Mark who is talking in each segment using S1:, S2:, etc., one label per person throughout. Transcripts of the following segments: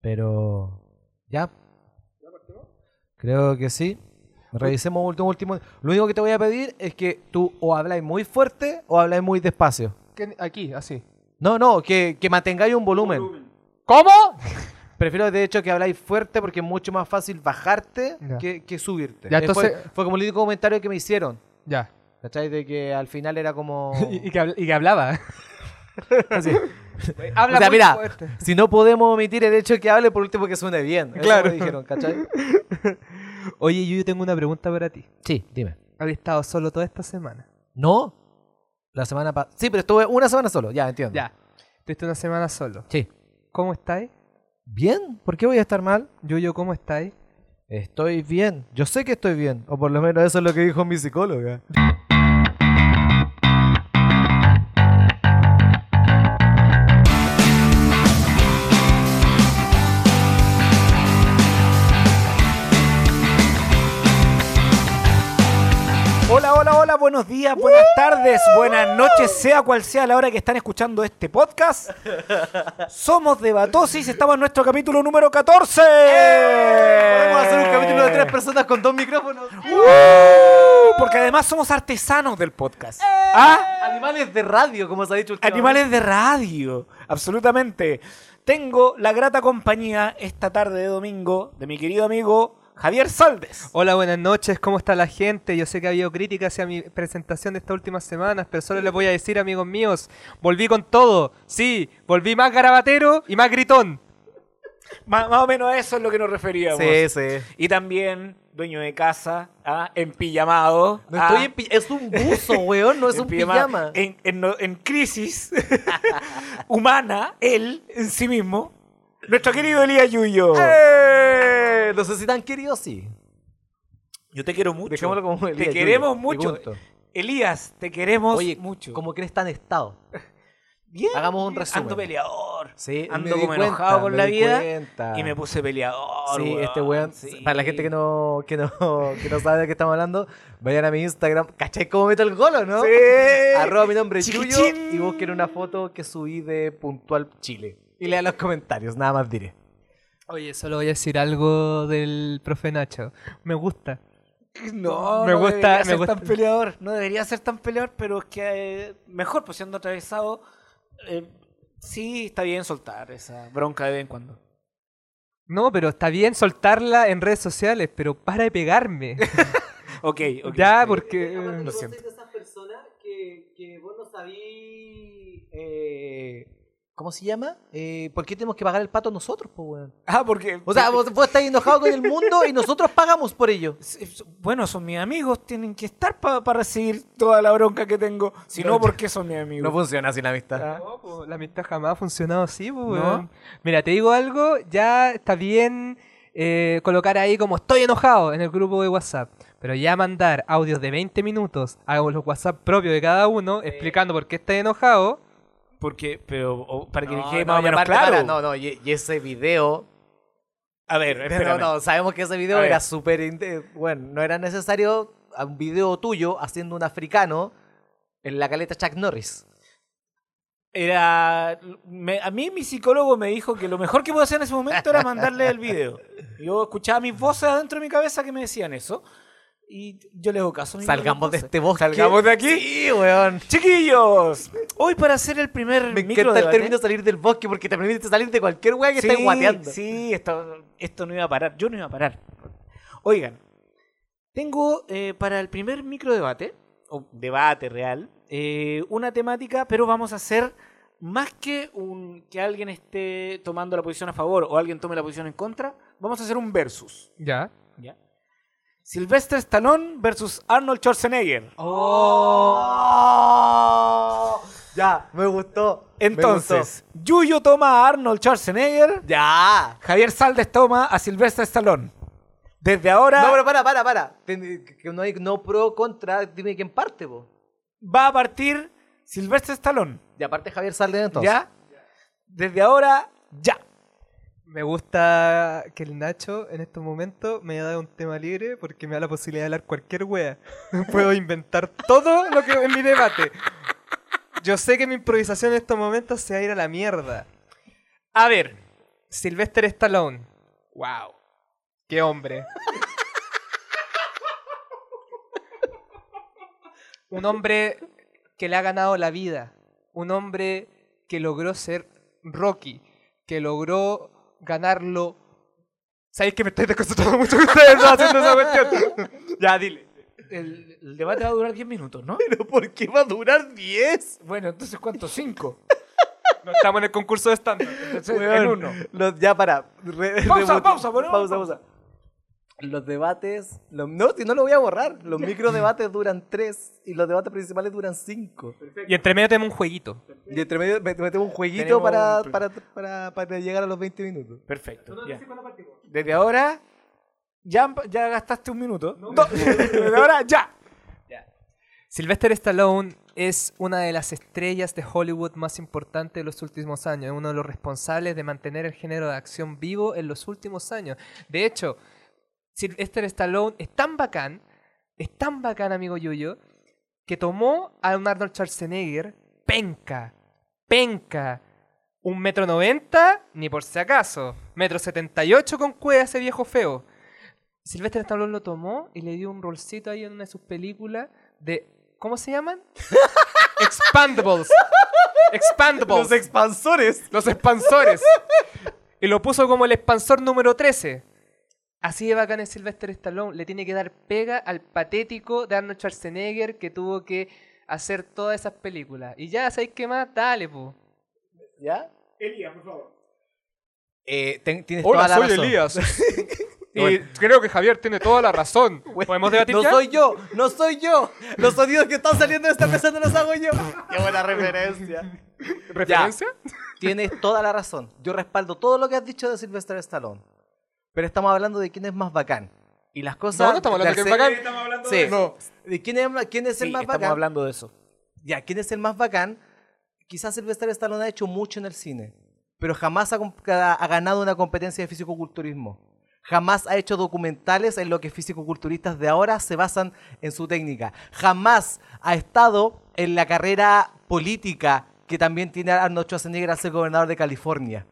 S1: Pero ya. Creo que sí. Revisemos último, último. Lo único que te voy a pedir es que tú o habláis muy fuerte o habláis muy despacio.
S2: ¿Qué- Aquí, así.
S1: No, no, que, que mantengáis un volumen.
S2: ¿Cómo?
S1: Prefiero de hecho que habláis fuerte porque es mucho más fácil bajarte
S2: Ya.
S1: que, que subirte.
S2: Ya,
S1: Eh, fue-
S2: entonces-
S1: fue, como el único comentario que me hicieron.
S2: Ya.
S1: ¿Cachai? De que al final era como...
S2: Y, y que, habl- y que hablaba.
S1: Así.
S2: Habla
S1: O sea,
S2: muy
S1: mira,
S2: fuerte.
S1: si no podemos omitir el hecho de que hable, por último que suene bien. Eso
S2: Claro.
S1: me dijeron, ¿cachai?
S2: Oye, yo tengo una pregunta para ti.
S1: Sí, dime.
S2: ¿Has estado solo toda esta semana?
S1: ¿No? La semana pasada... Sí, pero estuve una semana solo. Ya, entiendo.
S2: Ya. Estuviste una semana solo.
S1: Sí.
S2: ¿Cómo estáis?
S1: ¿Bien? ¿Por qué voy a estar mal?
S2: Yo, yo, ¿cómo estáis?
S1: Estoy bien. Yo sé que estoy bien. O por lo menos eso es lo que dijo mi psicóloga.
S3: Hola, hola, hola, buenos días, buenas tardes, buenas noches, sea cual sea la hora que están escuchando este podcast. Somos de Batosis, estamos en nuestro capítulo número 14. ¡Eh!
S1: Podemos hacer un capítulo de tres personas con dos micrófonos.
S3: ¡Uh! Porque además somos artesanos del podcast. ¿Ah?
S1: Animales de radio, como se ha dicho últimamente.
S3: Animales de radio, absolutamente. Tengo la grata compañía esta tarde de domingo de mi querido amigo Javier Saldes.
S2: Hola, buenas noches, ¿cómo está la gente? Yo sé que ha habido críticas hacia mi presentación de estas últimas semanas, pero solo les voy a decir, amigos míos, volví con todo. Sí, volví más garabatero y más gritón.
S3: Má- más o menos a eso es lo que nos referíamos.
S1: Sí, sí.
S3: Y también dueño de casa, ¿ah? en pijamado.
S1: No
S3: ¿ah?
S1: estoy
S3: Eh.
S1: en pi- es un buzo, weón, no es
S3: en
S1: un pijama.
S3: En, en- no- en crisis humana, él en sí mismo. Nuestro querido Elías Yuyo.
S1: ¡Eh! No sé si tan querido, sí.
S3: Yo te quiero mucho.
S1: Dejémoslo como el
S3: Te
S1: día,
S3: queremos
S1: Julio,
S3: mucho.
S1: te gusto.
S3: Elías, te queremos
S1: Oye,
S3: mucho.
S1: Como crees tan estado.
S3: Bien,
S1: hagamos un resumen.
S3: Ando peleador.
S1: Sí, me
S3: ando
S1: di
S3: como enojado
S1: cuenta,
S3: con
S1: me
S3: la
S1: di
S3: vida.
S1: cuenta.
S3: Y me puse peleador.
S1: Sí, este weón.
S3: sí.
S1: Para la gente que no, que no, que no sabe de qué estamos hablando, vayan a mi Instagram. ¿Cachai cómo meto el golo, no?
S3: Sí.
S1: Arroba mi nombre es Yuyo
S3: Chiquichín.
S1: y busquen una foto que subí de Puntual Chile. Y lean los comentarios, nada más diré.
S2: Oye, solo voy a decir algo del profe Nacho. Me gusta.
S3: No,
S2: Me
S3: no
S2: gusta-
S3: debería
S2: me
S3: ser
S2: gusta-
S3: tan peleador. No debería ser tan peleador, pero es que eh, mejor, pues siendo atravesado, eh, sí está bien soltar esa bronca de vez en cuando.
S2: No, pero está bien soltarla en redes sociales, pero para de pegarme.
S3: Ok, ok.
S2: ya, porque... eh,
S3: Lo siento.
S1: esas personas que, vos no sabí. ¿Cómo se llama? Eh, ¿Por qué tenemos que pagar el pato nosotros, po, weón?
S3: Ah, porque.
S1: O sea, vos, vos estás enojado con el mundo y nosotros pagamos por ello.
S3: Sí, s- Bueno, son mis amigos, tienen que estar para recibir toda la bronca que tengo. Si no,
S1: No,
S3: ¿por qué son mis amigos?
S1: funciona sin la amistad.
S3: Ah.
S2: No, po, la amistad jamás ha funcionado así, po,
S3: ¿No?
S2: weón. Mira, te digo algo, ya está bien eh, colocar ahí como estoy enojado en el grupo de WhatsApp. Pero ya mandar audios de 20 minutos, hagamos los WhatsApp propios de cada uno, explicando por qué está enojado.
S3: Porque, pero, o- para que
S1: No,
S3: quede
S1: no,
S3: más o
S1: y
S3: menos
S1: aparte,
S3: claro.
S1: para, no, no, y, y ese video.
S3: A ver,
S1: No,
S3: espérame.
S1: no, sabemos que ese video
S3: A ver.
S1: era súper. inte- Bueno, no era necesario a un video tuyo haciendo un africano en la caleta Chuck Norris.
S3: Era. me- a mí mi psicólogo me dijo que lo mejor que puedo hacer en ese momento era mandarle el video. Yo escuchaba mis voces adentro de mi cabeza que me decían eso. Y yo le hago caso. a mis
S1: Salgamos de
S3: propias
S1: este bosque.
S3: Salgamos de aquí.
S1: Sí, weón.
S3: voces. Chiquillos, hoy para hacer el primer.
S1: Me
S3: micro
S1: encanta el
S3: debate-
S1: término salir del bosque porque te permite salir de cualquier weá que estés guateando.
S3: Sí, esto, esto no iba a parar. Yo no iba a parar. Oigan, tengo eh, para el primer microdebate, o debate real, eh, una temática, pero vamos a hacer más que un que alguien esté tomando la posición a favor o alguien tome la posición en contra, vamos a hacer un versus.
S2: Ya.
S3: ¿ya? Sylvester Stallone versus Arnold Schwarzenegger.
S1: ¡Oh! Ya, me gustó. me
S3: Entonces, Yuyo toma a Arnold Schwarzenegger,
S1: gustó. Ya.
S3: Javier Saldes toma a Sylvester Stallone. Desde ahora...
S1: No, pero para, para, para. Ten- Que no hay no pro contra, dime quién parte, vos.
S3: va a partir Silvestre Stallone.
S1: Y aparte Javier Salden entonces.
S3: ¿Ya? Desde ahora, ya.
S2: Me gusta que el Nacho en estos momentos me da un tema libre porque me da la posibilidad de hablar cualquier wea. Puedo inventar todo lo que en mi debate. Yo sé que mi improvisación en estos momentos se va a ir a la mierda.
S3: A ver,
S2: Sylvester Stallone. Wow. Qué hombre. un hombre que le ha ganado la vida. Un hombre que logró ser Rocky. Que logró ganarlo. ¿Sabéis que me estáis desconcentrando mucho que ustedes están haciendo esa cuestión? ya, dile.
S3: El, el debate va a durar 10 minutos, ¿no?
S1: ¿Pero por qué va a durar 10?
S3: Bueno, entonces, ¿cuánto? ¿Cinco?
S2: No estamos en el concurso de estándar.
S3: Entonces, en uno.
S1: Los- ya para. re-
S3: Pausa,
S1: rebote-
S3: pausa, ponemos-
S1: pausa, pausa. Los debates. los- no, si no lo voy a borrar. Los microdebates duran 3 y los debates principales duran 5.
S2: Y entre medio tenemos un jueguito.
S1: Y entre medio met- metemos un jueguito
S3: Tenemos
S1: para,
S3: un-
S1: para, para, para llegar a los 20 minutos.
S3: Perfecto. ya. Desde ahora, ya, ya gastaste un minuto. Do- Desde ahora, ya.
S2: Sylvester Stallone es una de las estrellas de Hollywood más importantes de los últimos años. Es uno de los responsables de mantener el género de acción vivo en los últimos años. De hecho, Sylvester Stallone es tan bacán, es tan bacán, amigo Yuyo, que tomó a un Arnold Schwarzenegger penca, penca. Un metro noventa, ni por si acaso. Metro setenta y ocho con cueva ese viejo feo. Sylvester Stallone lo tomó y le dio un rolcito ahí en una de sus películas de... ¿Cómo se llaman? Expandables. Expandables.
S1: Los expansores.
S2: Los expansores. y lo puso como el expansor número 13. Así de bacán es Sylvester Stallone. Le tiene que dar pega al patético de Arnold Schwarzenegger que tuvo que hacer todas esas películas. Y ya, ¿sabéis qué más? Dale, po.
S1: ¿Ya?
S3: Elías, por favor.
S1: Eh, ten- tienes toda la razón.
S2: Elías.
S1: Y Bueno.
S2: creo que Javier tiene toda la razón. ¿Podemos
S1: No soy yo, no soy yo. Los sonidos que están saliendo de esta mesa no los hago yo. Qué buena referencia. ¿Referencia? Tienes toda la razón. Yo respaldo todo lo que has dicho de Sylvester Stallone. Pero estamos hablando de quién es más bacán. Y las cosas.
S2: No, no estamos hablando de quién es bacán.
S1: Estamos hablando de, quién es, quién es
S3: Sí,
S1: el más
S3: estamos
S1: bacán.
S3: hablando de eso.
S1: Ya, quién es el más bacán. Quizás Sylvester Stallone ha hecho mucho en el cine. Pero jamás ha, comp- ha- ha ganado una competencia de fisicoculturismo. Jamás ha hecho documentales en lo que fisicoculturistas de ahora se basan en su técnica. Jamás ha estado en la carrera política que también tiene Arnold Schwarzenegger a ser gobernador de California.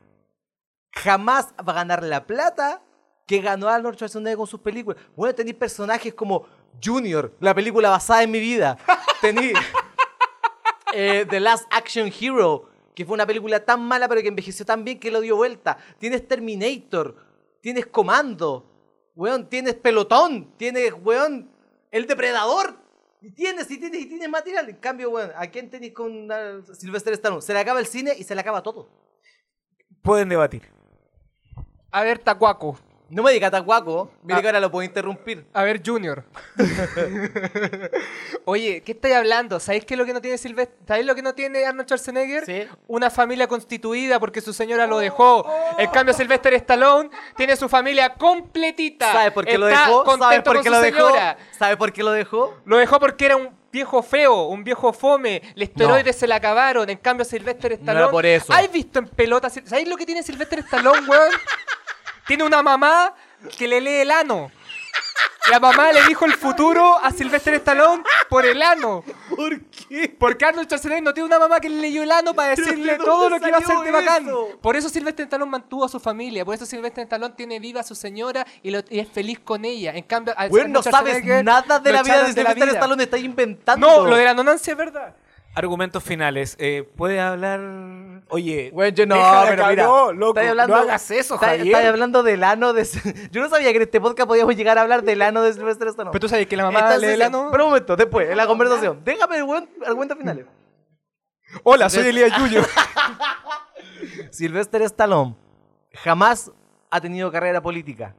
S1: Jamás va a ganar la plata que ganó Arnold Schwarzenegger con sus películas. Bueno, tenéis personajes como Junior, la película basada en mi vida. Tení eh, The Last Action Hero, que fue una película tan mala pero que envejeció tan bien que lo dio vuelta. Tienes Terminator, tienes Comando, weón, tienes Pelotón, tienes, weón, El Depredador. Y tienes, y tienes, y tienes material. En cambio, weón, ¿a quién tenéis con ah, Sylvester Stallone? Se le acaba el cine y se le acaba todo.
S3: Pueden debatir.
S2: A ver, Tacuaco.
S1: No me digas Tacuaco, mira
S2: Ah.
S1: que ahora lo puedo interrumpir.
S2: A ver, Junior. Oye, ¿qué estáis hablando? ¿Sabéis qué es lo que no tiene Silvestre? ¿Sabéis lo que no tiene Arnold Schwarzenegger?
S1: Sí.
S2: Una familia constituida porque su señora lo dejó. En cambio, Sylvester Stallone tiene su familia completita.
S1: ¿Sabes por qué lo
S2: Está
S1: dejó?
S2: contento
S1: ¿Sabes por
S2: con
S1: qué
S2: su
S1: lo dejó?
S2: señora.
S1: ¿Sabes por qué lo dejó?
S2: Lo dejó porque era un viejo feo, un viejo fome. Los esteroides se le acabaron. En cambio, Sylvester Stallone.
S1: era por eso.
S2: ¿Has visto en pelota? ¿Sabéis lo que tiene Sylvester Stallone, weón? tiene una mamá que le lee el ano. La mamá le dijo el futuro a Sylvester Stallone por el ano.
S1: ¿Por qué?
S2: Porque Arnold Schwarzenegger no tiene una mamá que le leyó el ano para
S1: ¿Pero
S2: decirle
S1: de dónde
S2: todo lo que iba a hacer
S1: salió
S2: de bacán.
S1: eso?
S2: Por eso Sylvester Stallone mantuvo a su familia. Por eso Sylvester Stallone tiene viva a su señora y, lo- y es feliz con ella. En cambio, a
S1: Weón, no
S2: Arnold
S1: sabes
S2: Schwarzenegger
S1: nada de
S2: lo
S1: la vida de
S2: echaron la
S1: Sylvester
S2: vida.
S1: Stallone, estás inventando.
S2: No, lo de la nonancia es verdad.
S3: Argumentos finales. Eh, ¿Puede hablar? Oye,
S1: Bueno, yo no,
S3: déjala
S1: pero
S3: que
S1: mira,
S3: habló, loco.
S1: estáis hablando-
S3: no hagas eso,
S1: estáis-
S3: Javier.
S1: estáis hablando del ano de... Yo no sabía que en este podcast podíamos llegar a hablar del ano de Sylvester Stallone.
S2: Pero tú sabes que la mamá
S1: Entonces,
S2: le lee el ano.
S1: Pero un momento, después, en la conversación. Déjame el buen argumento final.
S2: Hola, soy Elías Yuyo.
S1: Sylvester Stallone jamás ha tenido carrera política.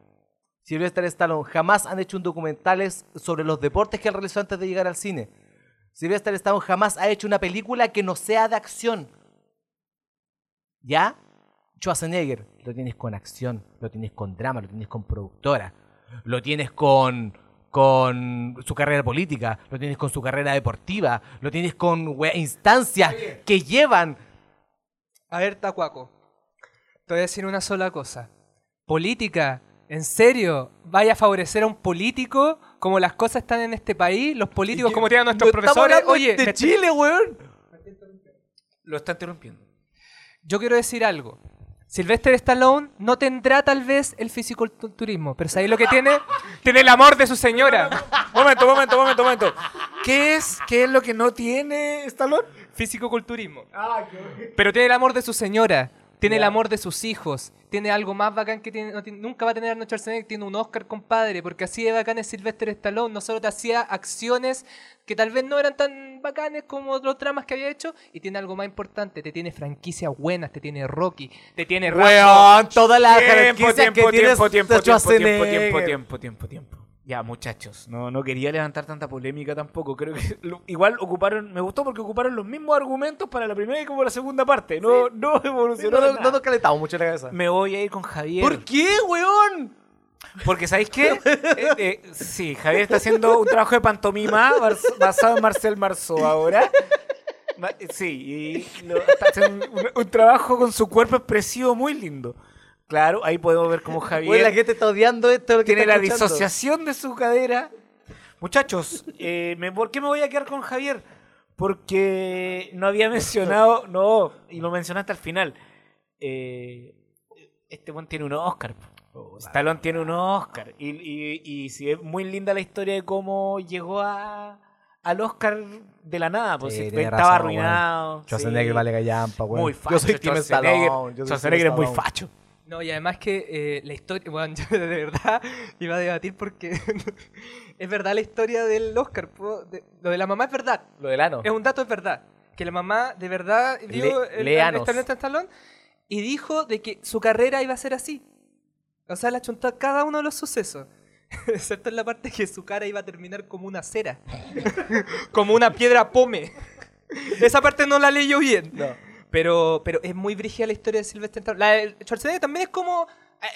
S1: Sylvester Stallone jamás han hecho un documentales sobre los deportes que él realizó antes de llegar al cine. Sylvester Stallone jamás ha hecho una película que no sea de acción. ¿Ya? Schwarzenegger, lo tienes con acción, lo tienes con drama, lo tienes con productora, lo tienes con con su carrera política, lo tienes con su carrera deportiva, lo tienes con wea- instancias que llevan
S2: A ver, Tacuaco. Te voy a decir una sola cosa. Política. ¿En serio? ¿Vaya a favorecer a un político como las cosas están en este país? Los políticos, como tienen nuestros
S1: Pero estamos
S2: profesores.
S1: hablando
S2: Oye,
S1: de
S2: te-
S1: Chile, weón.
S3: Lo está interrumpiendo.
S2: yo quiero decir algo. Sylvester Stallone no tendrá tal vez el fisiculturismo, pero ¿sabéis lo que tiene? tiene el amor de su señora.
S3: Momento, momento, momento, momento. ¿Qué es, ¿Qué es lo que no tiene Stallone?
S2: Fisicoculturismo. Pero tiene el amor de su señora, tiene el amor de sus hijos, tiene algo más bacán que tiene, no tiene- nunca va a tener Arnold Schwarzenegger, tiene un Oscar, compadre, porque así de bacán es Sylvester Stallone, no solo te hacía acciones que tal vez no eran tan bacanes como otros dramas que había hecho, y tiene algo más importante, te tiene franquicias buenas, te tiene Rocky, te tiene Rambo.
S1: Weón, toda la
S3: tiempo,
S1: franquicia que tienes
S3: tiempo, tiempo, tiempo,
S1: de
S3: tiempo, tiempo,
S1: Schwarzenegger.
S3: tiempo, tiempo, tiempo, tiempo. Ya, muchachos, no, no quería levantar tanta polémica tampoco. Creo que lo- igual ocuparon, me gustó porque ocuparon los mismos argumentos para la primera y como la segunda parte. No, no
S1: Sí,
S3: evolucionó.
S1: No, no,
S3: nada.
S1: no nos calentamos mucho la cabeza.
S3: Me voy a ir con Javier.
S1: ¿Por qué, weón?
S3: Porque, ¿sabéis qué? Eh, eh, sí, Javier está haciendo un trabajo de pantomima bas- basado en Marcel Marceau ahora. Ma- eh, Sí, y lo- está haciendo un, un- un trabajo con su cuerpo expresivo muy lindo. Claro, ahí podemos ver cómo Javier
S1: Weón, la gente está odiando esto. lo que
S3: tiene
S1: está
S3: la
S1: escuchando.
S3: disociación de su cadera. Muchachos, eh, me- ¿por qué me voy a quedar con Javier? Porque no había mencionado, no, y lo mencionaste al final. Eh, este buen tiene un Oscar.
S1: Oh,
S3: Stallone tiene un Oscar. Y, y, y si es muy linda la historia de cómo llegó a, al Oscar de la nada, pues
S1: Sí,
S3: si
S1: tiene
S3: estaba
S1: razón,
S3: arruinado. sí.
S1: Schwarzenegger vale gallampa, weón.
S3: Muy facho.
S1: Yo soy Tim
S3: Schwarzenegger-
S1: Stallone. yo soy Tim
S3: Schwarzenegger es muy
S1: Stallone.
S3: facho.
S2: No, y además que eh, la historia, bueno, yo de verdad iba a debatir porque es verdad la historia del Oscar, po, de- lo de la mamá es verdad,
S1: Lo del ano.
S2: es un dato es verdad, que la mamá de verdad dio
S1: Le-
S2: el-
S1: leanos.
S2: el talento a Stallone y dijo de que su carrera iba a ser así, o sea, la chuntó a cada uno de los sucesos, excepto en la parte que su cara iba a terminar como una cera, como una piedra pome, esa parte no la leí yo bien.
S1: No.
S2: Pero, pero es muy brígida la historia de Sylvester Stallone. La de Schwarzenegger también es como...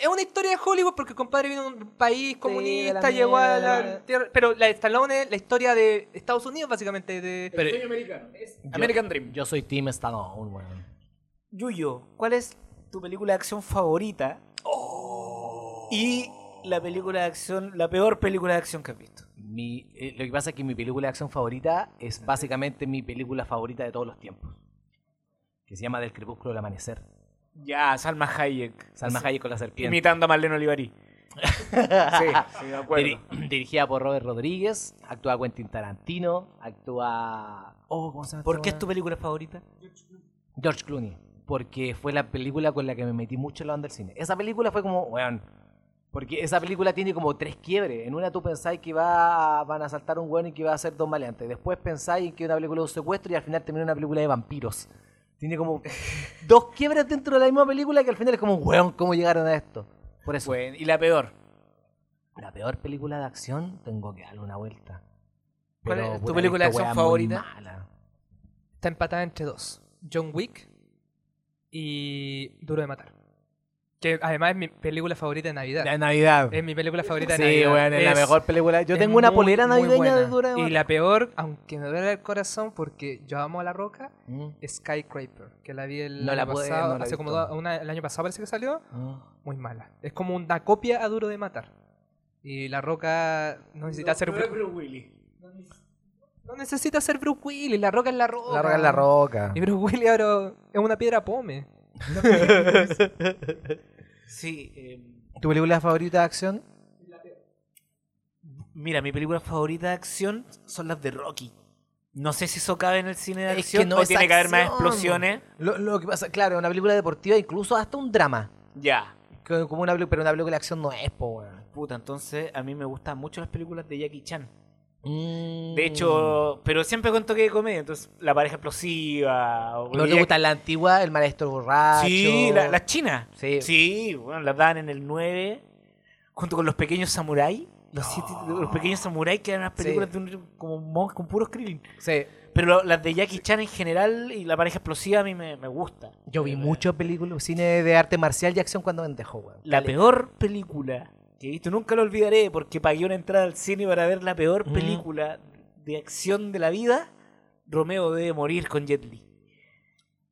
S2: Es una historia de Hollywood porque compadre vino de un país comunista,
S1: la
S2: llegó a
S1: mierda.
S2: la tierra... Pero la de Stallone es la historia de Estados Unidos, básicamente. De,
S3: American Dream.
S1: Yo soy Tim Stallone, weón.
S3: Yuyo, ¿cuál es tu película de acción favorita? Y la película de acción, la peor película de acción que has visto.
S1: Mi- eh, lo que pasa es que mi película de acción favorita es básicamente mi película favorita de todos los tiempos. Que se llama Del crepúsculo al amanecer.
S3: Ya, Salma Hayek.
S1: Salma Hayek con la serpiente.
S3: Imitando a Marlene Olivari. sí, sí, de acuerdo.
S1: Diri- dirigida por Robert Rodríguez. Actúa Quentin Tarantino. Actúa... Oh, ¿cómo se llama
S3: ¿Por
S1: esta
S3: qué es
S1: weá?
S3: tu película favorita?
S1: George Clooney. Porque fue la película con la que me metí mucho en la onda del cine. Esa película fue como, weón. Porque esa película tiene como tres quiebres. En una tú pensáis que va, van a saltar un weón y que va a ser dos maleantes. Después pensáis que es una película de un secuestro y al final termina una película de vampiros. Tiene como dos quiebres dentro de la misma película que al final es como, weón, ¿cómo llegaron a esto? Por eso,
S3: Bueno, y la peor.
S1: la peor película de acción tengo que darle una vuelta.
S2: ¿Cuál
S1: Pero,
S2: es tu
S1: puta, he
S2: película de
S1: visto
S2: acción
S1: weas
S2: favorita?
S1: muy malas.
S2: Está empatada entre dos. John Wick y Duro de Matar. Que además es mi película favorita de Navidad.
S1: La de Navidad.
S2: Es mi película favorita de
S1: Sí,
S2: Navidad.
S1: weón, es la mejor película. Yo tengo una polera navideña de Dura
S2: Duro
S1: de
S2: Y
S1: Matar.
S2: la peor, aunque me duele el corazón porque yo amo a La Roca,
S3: Mm.
S2: Skycraper, que la vi el
S1: No la
S2: año
S1: pude- no
S2: pasado,
S1: la he
S2: hace como
S1: visto.
S2: do- una- el año pasado parece que salió,
S3: Mm.
S2: muy mala. Es como una copia a Duro de Matar. Y La Roca no necesita ser Bru- no necesita ser Bruce Willis, La Roca es La Roca.
S1: La roca es la roca.
S2: Y Bruce Willis ahora es una piedra pome.
S3: Sí. eh,
S1: ¿Tu película favorita de acción?
S3: mira, mi película favorita de acción son las de Rocky. No sé si eso cabe en el cine de
S1: Es que
S3: acción
S1: no
S3: o
S1: es
S3: tiene que haber más
S1: acción.
S3: explosiones.
S1: Lo, lo que pasa, claro, una película deportiva, incluso hasta un drama.
S3: Ya.
S1: Que- Como una, peli- pero una película de acción no es, po, weón.
S3: Puta, entonces a mí me gustan mucho las películas de Jackie Chan.
S1: Mm.
S3: De hecho, pero siempre con toque de comedia. Entonces, la pareja explosiva. o-
S1: ¿no te
S3: Jack-
S1: gusta la antigua? El maestro borracho.
S3: Sí, la- las chinas.
S1: Sí.
S3: Sí, bueno, las daban en el 9. Junto con los pequeños samuráis. Los, siete- los pequeños samuráis que eran unas películas
S1: Oh. Sí.
S3: de un, como mon- con puros krillin.
S1: Sí.
S3: Pero lo- las de Jackie Chan en general y la pareja explosiva a mí me, me gusta.
S1: Yo vi
S3: Eh,
S1: muchos películas, cine de arte marcial y acción cuando me dejó, weón.
S3: La peor película que he visto, nunca lo olvidaré porque pagué una entrada al cine para ver la peor
S1: Mm.
S3: película de acción de la vida, Romeo debe morir con Jet Li.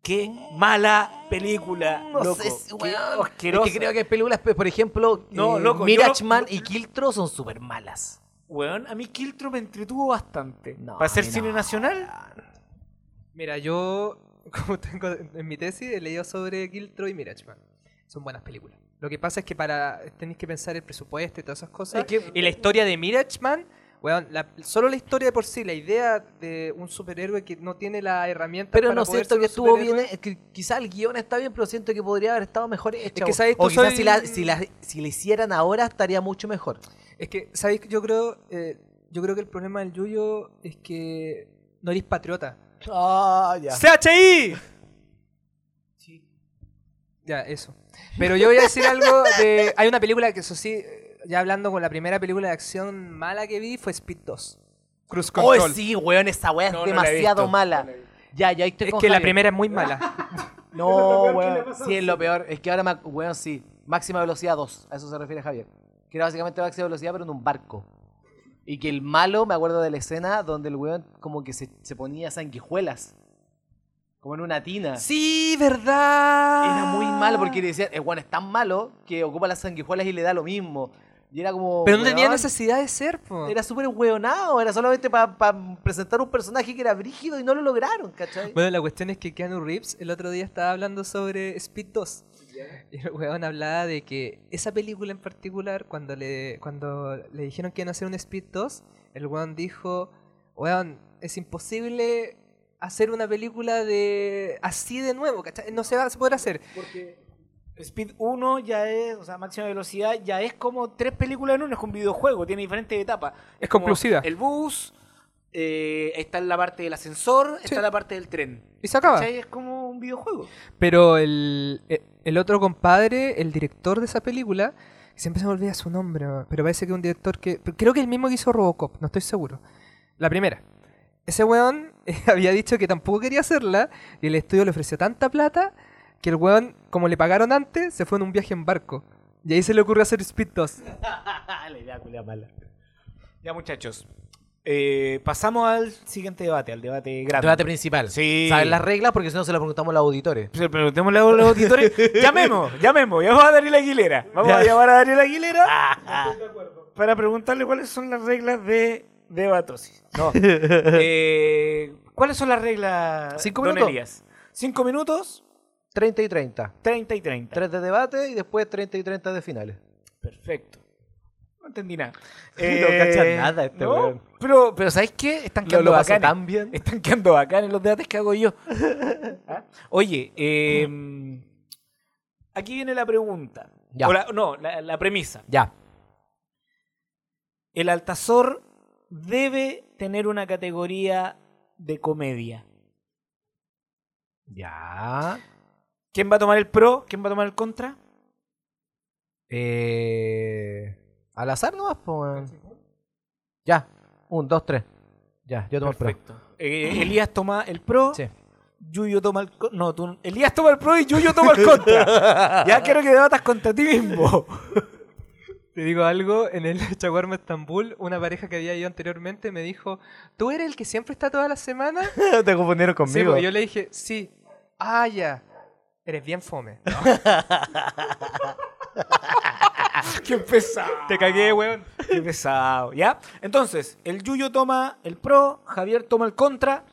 S3: Qué mala película,
S1: Mm. No
S3: loco.
S1: sé, si,
S3: Qué
S1: weón.
S3: asquerosa.
S1: Es que creo que hay películas, pe- por ejemplo, eh,
S3: No, loco, yo
S1: Mirage
S3: no-
S1: Man
S3: no-
S1: y Kiltro son súper malas.
S3: Weón, a mí Kiltro me entretuvo bastante.
S1: No,
S3: Para ser
S1: a mí
S3: cine
S1: no.
S3: nacional,
S2: Mira, yo, como tengo en mi tesis, he leído sobre Kiltro y Mirachman. son buenas películas. Lo que pasa es que para tenéis que pensar el presupuesto y todas esas cosas.
S1: Es que-
S2: Y la historia de Mirage Man, weón, la- solo la historia de por sí, la idea de un superhéroe que no tiene la herramienta
S1: Pero
S2: para
S1: no
S2: poder
S1: siento
S2: ser
S1: que
S2: un
S1: estuvo
S2: superhéroe.
S1: bien, eh, que quizá el guión está bien, pero siento que podría haber estado mejor hecho.
S2: que, ¿sabes?
S1: o
S2: Tú
S1: quizás
S2: soy-
S1: si la, si la si la hicieran ahora estaría mucho mejor.
S2: Es que, ¿sabéis? Yo creo, eh, yo creo que el problema del Yuyo es que no eres patriota.
S1: Ah, ya.
S2: ¡CHI! Ya, eso. Pero yo voy a decir algo de... Hay una película que, eso sí, eh, ya hablando con la primera película de acción mala que vi, fue Speed 2. Cruise Control.
S1: Oh, sí, weón, esa weá es
S2: No, no la he
S1: demasiado
S2: visto.
S1: mala. ya, ya, ahí estoy
S2: Es
S1: con
S2: que la
S1: Javier.
S2: primera es muy mala.
S1: No, weón. Sí, es lo peor. Es que ahora, me ac- weón, sí. Máxima velocidad 2. A eso se refiere Javier. Que era básicamente máxima velocidad, pero en un barco. Y que el malo, me acuerdo de la escena donde el este weón como que se, se ponía sanguijuelas. Como en una tina.
S2: sí, verdad.
S1: Era muy malo porque le decían, el weón es tan malo que ocupa las sanguijuelas y le da lo mismo. Y era como.
S2: Pero no tenía
S1: weón,
S2: necesidad de ser, po.
S1: Era súper weonado. Era solamente para presentar un personaje que era brígido y no lo lograron, ¿cachai?
S2: Bueno, la cuestión es que Keanu Reeves el otro día estaba hablando sobre Speed 2. Y el weón hablaba de que esa película en particular, cuando le, cuando le dijeron que iban a hacer un Speed 2, el weón dijo, weón, es imposible hacer una película de así de nuevo, ¿cachai? No se va a poder hacer.
S3: Speed 1 ya es, o sea, máxima velocidad, ya es como tres películas en uno, es un videojuego, tiene diferentes etapas.
S2: Es
S3: como
S2: conclusiva.
S3: El bus, eh, está la parte del ascensor, está la parte del tren.
S2: Y se acaba.
S3: ¿Cachai? Es como un videojuego.
S2: Pero el, e- el otro compadre, el director de esa película, que siempre se me olvida su nombre, weón, pero parece que es un director que. pero Creo que el mismo que hizo Robocop, no estoy seguro. La primera. Ese weón había dicho que tampoco quería hacerla y el estudio le ofreció tanta plata que el weón, como le pagaron antes, se fue en un viaje en barco. Y ahí se le ocurrió hacer Speed 2.
S3: la idea culia mala. Ya, muchachos. eh, pasamos al siguiente debate, al debate grande.
S1: Debate principal.
S3: Sí.
S1: Saber las reglas porque si no se las preguntamos a los auditores.
S3: Se lo preguntémosle a los auditores. llamemos, llamemos. Llamamos a Daniel Aguilera. Vamos a llamar a Daniel
S1: Ah,
S3: Aguilera para preguntarle cuáles son las reglas de debatosis. No. Eh, ¿Cuáles son las reglas?
S1: Cinco
S3: don
S1: minutos.
S3: Elías? Cinco minutos,
S1: 30 y 30.
S3: 30 y 30.
S1: 3 de debate y después 30 y 30 de finales.
S3: Perfecto. No entendí nada. Eh,
S1: No cacha nada este
S3: no,
S1: weón.
S3: Pero, pero ¿sabes qué? Están
S1: Lo-
S3: quedando
S1: lo hace
S3: bacanes.
S1: tan bien.
S3: Están quedando bacanes los debates que hago yo. ¿Ah? Oye, eh, aquí viene la pregunta.
S1: Ya.
S3: O la- no, la, la premisa.
S1: Ya.
S3: El Altazor debe tener una categoría de comedia.
S1: Ya.
S3: ¿Quién va a tomar el pro? ¿Quién va a tomar el contra?
S1: Eh, al azar nomás, po, weón. Ya. Un, dos, tres. Ya, yo tomo
S3: Perfecto. Eh, Elías toma el pro.
S1: el pro. Sí.
S3: Yuyo toma el co- No, tú. Elías toma el pro y Yuyo toma el contra. ya quiero que debatas contra ti mismo.
S2: Te digo algo, en el Chaguarma Estambul, una pareja que había ido anteriormente me dijo, ¿tú eres el que siempre está toda la semana?
S1: Te confundieron
S2: Sí,
S3: pues,
S2: porque yo le dije, sí. Ah, ya. Eres bien fome.
S3: Qué pesado.
S2: Te cagué, weón.
S3: Qué pesado. ¿Ya? Entonces, el Yuyo toma el pro, Javier toma el contra.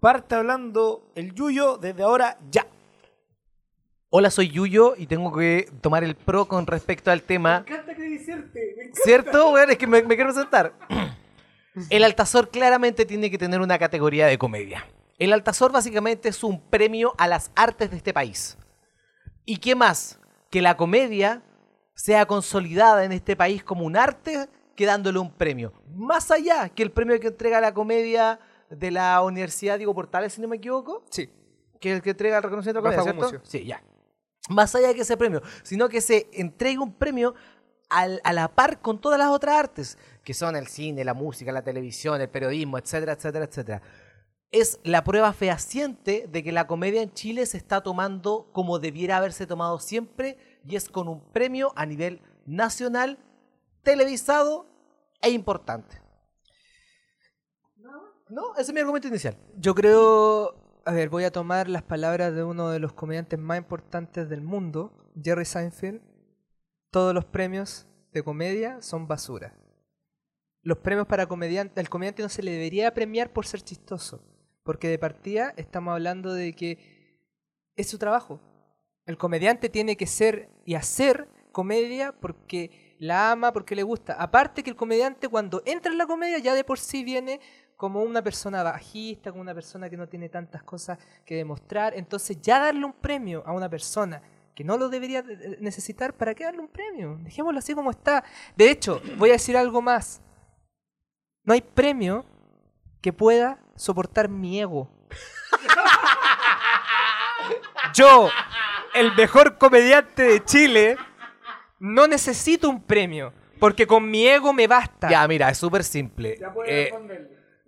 S3: Parte hablando el Yuyo desde ahora ya.
S1: Hola, soy Yuyo y tengo que tomar el pro con respecto al tema.
S3: encanta que
S1: ¿Cierto, weón? Es que me, me quiero presentar. El Altazor claramente tiene que tener una categoría de comedia. El Altazor básicamente es un premio a las artes de este país. ¿Y qué más? Que la comedia sea consolidada en este país como un arte, que dándole un premio. Más allá que el premio que entrega la comedia de la Universidad Diego Portales, si no me equivoco,
S2: Sí.
S1: que es el que entrega el reconocimiento de la
S2: Rafa
S1: comedia, ¿cierto?
S2: Gumucio.
S1: Sí, ya. Más allá de que ese premio, sino que se entregue un premio al- a la par con todas las otras artes, que son el cine, la música, la televisión, el periodismo, etcétera, etcétera, etcétera. Es la prueba fehaciente de que la comedia en Chile se está tomando como debiera haberse tomado siempre, y es con un premio a nivel nacional, televisado e importante. No, ese es mi argumento inicial.
S2: Yo creo. A ver, voy a tomar las palabras de uno de los comediantes más importantes del mundo, Jerry Seinfeld. Todos los premios de comedia son basura. Los premios para comediante. Al comediante no se le debería premiar por ser chistoso. Porque de partida estamos hablando de que es su trabajo. El comediante tiene que ser y hacer comedia porque la ama, porque le gusta. Aparte que el comediante cuando entra en la comedia ya de por sí viene como una persona bajista, como una persona que no tiene tantas cosas que demostrar. Entonces ya darle un premio a una persona que no lo debería eh, necesitar, ¿para qué darle un premio? Dejémoslo así como está. De hecho, voy a decir algo más. No hay premio que pueda soportar mi ego. Yo, el mejor comediante de Chile, no necesito un premio, porque con mi ego me basta.
S1: Ya, mira, es súper simple. Eh,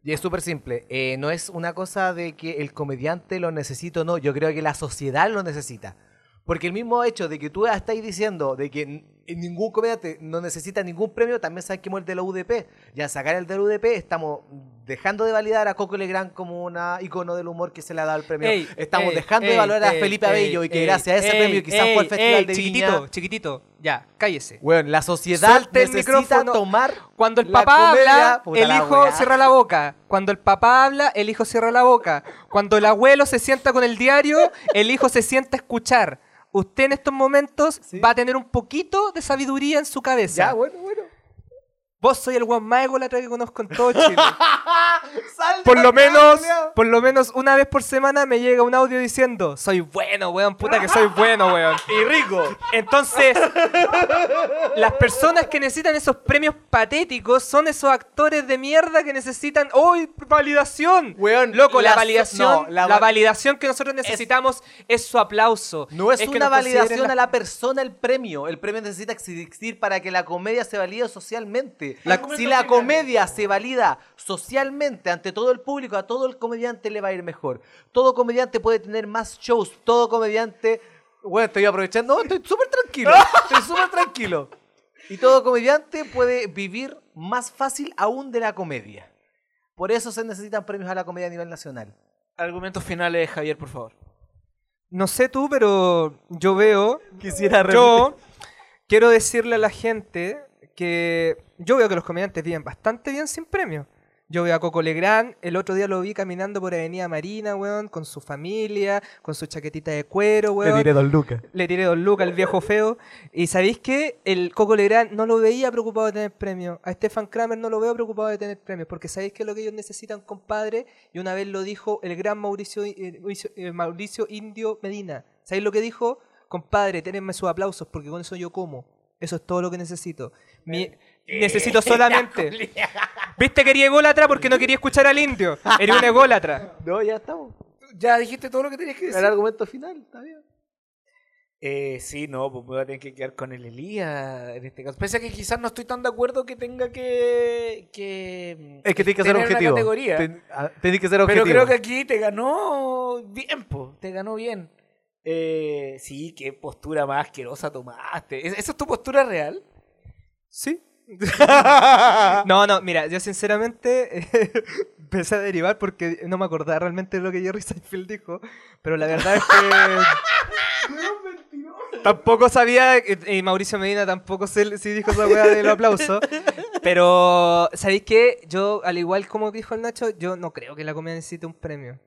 S1: y es súper simple. Eh, no es una cosa de que el comediante lo necesita o no. Yo creo que la sociedad lo necesita. Porque el mismo hecho de que tú estáis diciendo de que n- ningún comediante no necesita ningún premio, también saquemos el de la UDP. Y al sacar el de la UDP, estamos dejando de validar a Coco Legrand como una icono del humor que se le ha dado el premio.
S2: Ey,
S1: estamos
S2: ey,
S1: dejando de
S2: ey,
S1: valorar
S2: ey,
S1: a Felipe
S2: ey,
S1: Abello y que
S2: ey,
S1: gracias a ese
S2: ey,
S1: premio quizás fue
S2: ey,
S1: al Festival
S2: ey,
S1: de
S2: chiquitito,
S1: Viña.
S2: chiquitito, ya, cállese.
S1: Bueno, la sociedad
S2: Suelte el
S1: necesita
S2: micrófono.
S1: tomar
S2: Cuando el
S1: la
S2: papá
S1: comedia-
S2: habla,
S1: Puta
S2: el
S1: la
S2: hijo
S1: weá.
S2: cierra la boca. Cuando el papá habla, el hijo cierra la boca. Cuando el abuelo se sienta con el diario, el hijo se sienta a escuchar. Usted en estos momentos va a tener un poquito de sabiduría en su cabeza.
S1: Ya, bueno, bueno.
S2: Vos soy el guan más ególatra que conozco en todo Chile.
S1: Sal de
S2: por lo
S1: acá,
S2: menos,
S1: culiao.
S2: por lo menos una vez por semana me llega un audio diciendo, soy bueno, weón, puta que soy bueno, weón.
S1: Y rico.
S2: Entonces, las personas que necesitan esos premios patéticos son esos actores de mierda que necesitan hoy validación.
S1: Weón,
S2: loco, la,
S1: la-
S2: validación,
S1: no,
S2: la,
S1: la-
S2: validación que nosotros necesitamos es, su aplauso.
S1: No es,
S2: que
S1: una
S2: nos consideren
S1: validación
S2: la-
S1: a la persona el premio. El premio necesita existir para que la comedia se valide socialmente.
S2: La-
S1: si la comedia se valida socialmente ante todo el público, a todo el comediante le va a ir mejor. Todo comediante puede tener más shows. Todo comediante. Bueno, estoy aprovechando. No, estoy súper tranquilo. Estoy súper tranquilo. Y todo comediante puede vivir más fácil aún de la comedia. Por eso se necesitan premios a la comedia a nivel nacional.
S3: Argumentos finales, Javier, por favor.
S2: No sé tú, pero yo veo
S1: Quisiera
S2: Yo quiero decirle a la gente que yo veo que los comediantes viven bastante bien sin premio. Yo veo a Coco Legrand, el otro día lo vi caminando por Avenida Marina, weón, con su familia, con su chaquetita de cuero, weón.
S1: Don Lucas.
S2: Le tiré Don Luca, el viejo feo. Y sabéis que el Coco Legrand no lo veía preocupado de tener premios. A Stefan Kramer no lo veo preocupado de tener premios. Porque sabéis que es lo que ellos necesitan, compadre. Y una vez lo dijo el gran Mauricio, eh, Mauricio, eh, Mauricio Indio Medina. ¿Sabéis lo que dijo? Compadre, tenenme sus aplausos porque con eso yo como. Eso es todo lo que necesito. Mi-
S3: Eh,
S2: necesito solamente. ¿Viste que quería ególatra porque no quería escuchar al indio? Era un ególatra.
S1: No, ya estamos.
S3: Ya dijiste todo lo que tenías que
S1: El argumento final, está bien.
S3: Eh, sí, no, pues me voy a tener que quedar con el Elías en este caso. Pese a que quizás no estoy tan de acuerdo que tenga que. que
S1: Es que tienes que ser
S3: tener una
S1: objetivo.
S3: categoría.
S1: Ten- ah, tenés que ser objetivo.
S3: Pero creo que aquí te ganó bien, po, te ganó bien. Eh, sí, qué postura más asquerosa tomaste. ¿Es- ¿Esa es tu postura real?
S2: Sí. no, no, mira, yo sinceramente eh, empecé a derivar porque no me acordaba realmente de lo que Jerry Seinfeld dijo, pero la verdad es que... Tampoco sabía, eh, y Mauricio Medina tampoco sé si dijo esa weá del aplauso, pero ¿sabéis qué? Yo, al igual como dijo el Nacho, yo no creo que la comedia necesite un premio.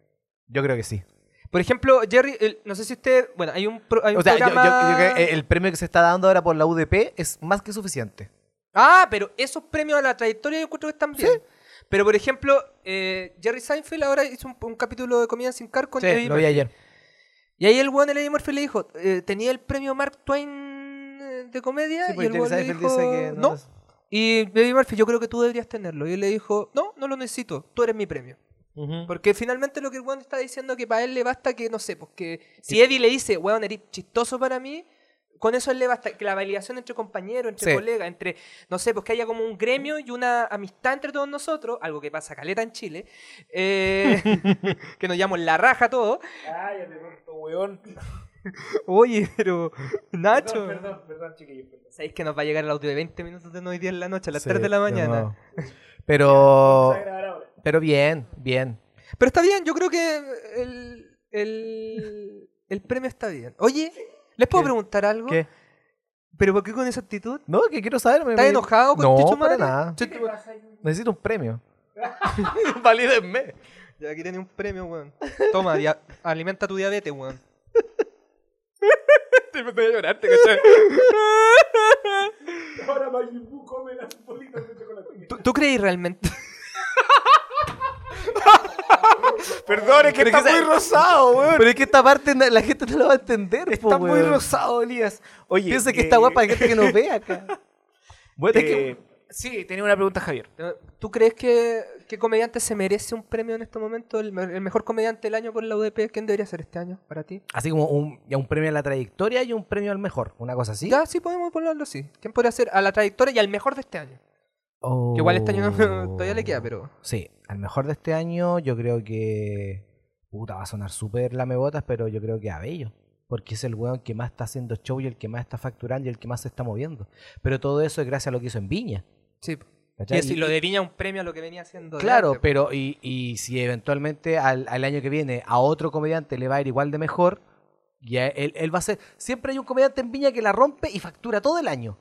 S1: Yo creo que sí.
S2: Por ejemplo, Jerry, el- no sé si usted, bueno, hay un, pro- hay un
S1: O sea, yo- yo-
S2: programa-
S1: yo creo que el premio que se está dando ahora por la UDP es más que suficiente.
S2: Ah, pero esos premios a la trayectoria yo encuentro que están bien. Pero, por ejemplo, eh, Jerry Seinfeld ahora hizo un, un capítulo de Comida sin Car con Eddie
S1: lo vi
S2: Murphy.
S1: ayer.
S2: Y ahí el weón de Eddie Murphy le dijo, eh, tenía el premio Mark Twain eh, de comedia.
S1: Sí,
S2: y
S1: porque
S2: el
S1: Jerry
S2: weón le
S1: Seinfeld
S2: dijo,
S1: dice que no
S2: no.
S1: es-
S2: Y Eddie Murphy, yo creo que tú deberías tenerlo. Y él le dijo, no, no lo necesito, tú eres mi premio. Porque finalmente lo que el weón está diciendo que para él le basta que, no sé, pues que si Eddie le dice, weón, eres chistoso para mí, con eso él le basta que la validación entre compañeros, entre
S1: Sí.
S2: colegas, entre, no sé, pues que haya como un gremio y una amistad entre todos nosotros, algo que pasa caleta en Chile, eh, que nos llamamos la raja todo.
S3: Cállate, tonto, weón.
S2: Oye, pero Nacho,
S3: Perdón, perdón, chiquillos.
S2: ¿sabéis que nos va a llegar el audio de 20 minutos de hoy día en la noche, a las
S1: Sí,
S2: 3 de la mañana?
S1: no. Pero. Pero bien, bien.
S2: Pero está bien, yo creo que el, el, el premio está bien. Oye, ¿les puedo
S1: ¿Qué?
S2: preguntar algo?
S1: ¿qué?
S2: ¿Pero por qué con esa actitud?
S1: No, que quiero saber. me-
S2: ¿Estás
S1: me-
S2: enojado con
S1: No,
S2: Chucho
S1: para
S2: Madre?
S1: nada.
S2: Chucho-
S1: Necesito un premio. Valídenme.
S2: Ya, aquí tenés un premio, weón. Toma, dia- alimenta tu diabetes, weón. Te empecé a llorar, te cachai.
S4: Ahora Majin Buu come las bolitas de chocolate.
S2: ¿Tú, tú creí realmente?
S3: Perdón, es que
S1: Pero
S3: está
S1: que
S3: muy
S1: esa-
S3: rosado, weón.
S1: Pero es que esta parte na- la gente no la va a entender. po,
S3: Está muy
S1: weón.
S3: rosado, Elías. Oye.
S1: Piensa que
S3: eh,
S1: está guapa la gente que nos ve acá. Bueno, es que-
S3: eh, Sí, tenía una pregunta, Javier.
S2: ¿Tú crees que, que comediante se merece un premio en este momento? El, me- el mejor comediante del año por la UDP. ¿Quién debería ser este año para ti?
S1: Así como un, ya un premio a la trayectoria y un premio al mejor. Una cosa así.
S2: Ya, sí, podemos ponerlo así. ¿Quién podría ser a la trayectoria y al mejor de este año?
S1: Oh.
S2: Que igual este año no- todavía le queda, pero...
S1: Sí, al mejor de este año yo creo que... Puta, va a sonar súper lamebotas, pero yo creo que Abello. Porque es el weón que más está haciendo show y el que más está facturando y el que más se está moviendo. Pero todo eso es gracias a lo que hizo en Viña.
S2: Sí.
S1: ¿cachai?
S2: Y si lo de Viña un premio a lo que venía haciendo. de
S1: Claro,
S2: antes. pues.
S1: pero y, y si eventualmente al, al año que viene a otro comediante le va a ir igual de mejor, ya él, él va a ser... Siempre hay un comediante en Viña que la rompe y factura todo el año.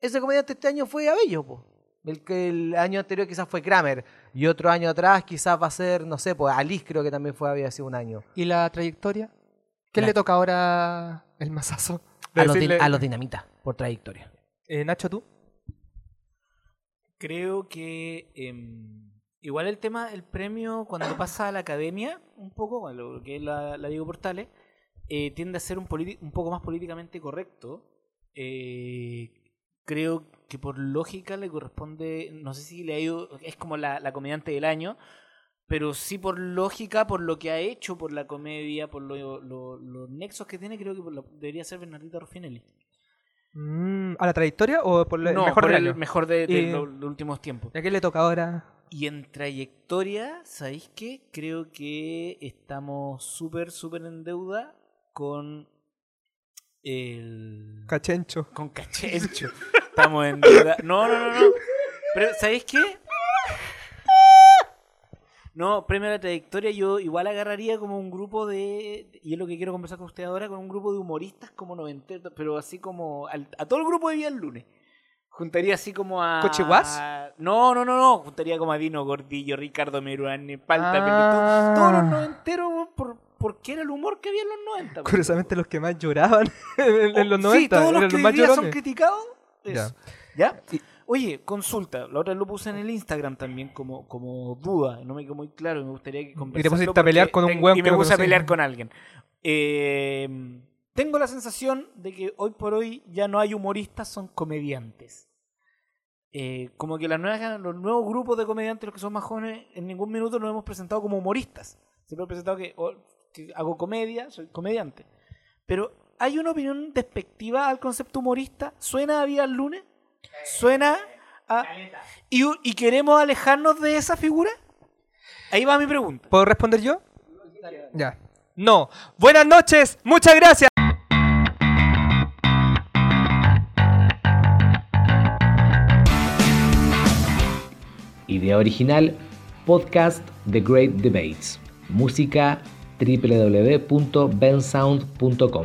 S1: Ese comediante este año fue Abello, po. El que el año anterior quizás fue Kramer. Y otro año atrás quizás va a ser, no sé, pues Alice creo que también fue, había sido un año.
S2: ¿Y la trayectoria? ¿Quién
S1: La-
S2: le toca ahora el masazo?
S1: A los, din-
S2: Decirle-
S1: a los dinamita, por trayectoria.
S2: Eh, Nacho, ¿tú?
S3: Creo que em, igual el tema, el premio cuando pasa a la academia, un poco, con lo que es la, la Diego Portales, eh, tiende a ser un, politi- un poco más políticamente correcto. Eh, creo que por lógica le corresponde, no sé si le ha ido, es como la, la comediante del año, pero sí por lógica, por lo que ha hecho, por la comedia, por lo- lo- los nexos que tiene, creo que por lo- debería ser Bernardita Ruffinelli.
S2: Mm, ¿A la trayectoria o por la- el
S3: No,
S2: mejor
S3: por
S2: del
S3: el
S2: año?
S3: mejor de, de
S2: Y-
S3: los- los últimos tiempos.
S2: ¿Y ¿A quién le toca ahora?
S3: Y en trayectoria, ¿sabéis qué? Creo que estamos súper, súper en deuda con el...
S2: Cachencho.
S3: con Cachencho. Estamos en deuda. No, no, no, no. Pero, ¿sabéis qué? No, premio a la trayectoria yo igual agarraría como un grupo de... Y es lo que quiero conversar con usted ahora, con un grupo de humoristas como noventeros, pero así como... al- a todo el grupo de Vía el Lunes. Juntaría así como a...
S2: ¿Cochiguas?
S3: No, no, no, no. Juntaría como a Dino Gordillo, Ricardo Meruane, Palta,
S2: Ah.
S3: Pelito. Todos los noventeros, weón, por, porque era el humor que había en los 90. weón.
S2: Curiosamente los que más lloraban en, en los
S3: Oh,
S2: 90.
S3: Sí, todos los
S2: eran
S3: que
S2: más
S3: hoy día son
S2: llorones.
S3: criticados. eso. ¿Ya?
S2: Y-
S3: Oye, consulta. La otra lo puse en el Instagram también como, como duda. No me quedó muy claro y me gustaría que conversarlo
S2: pusiste a pelear
S3: porque
S2: con un
S3: ten-
S2: weón
S3: Y
S2: que
S3: me
S2: no
S3: puse a
S2: conocí.
S3: pelear con alguien. Eh, tengo la sensación de que hoy por hoy ya no hay humoristas, son comediantes. Eh, como que las nuevas, los nuevos grupos de comediantes, los que son más jóvenes, en ningún minuto nos hemos presentado como humoristas. Siempre hemos presentado que, oh, que hago comedia, soy comediante. Pero hay una opinión despectiva al concepto humorista. Suena a Vía el lunes, suena a... Y, y queremos alejarnos de esa figura. Ahí va mi pregunta.
S2: ¿Puedo responder yo? Ya. No. Buenas noches. Muchas gracias.
S5: Idea original, podcast The Great Debates. Música www.bensound.com.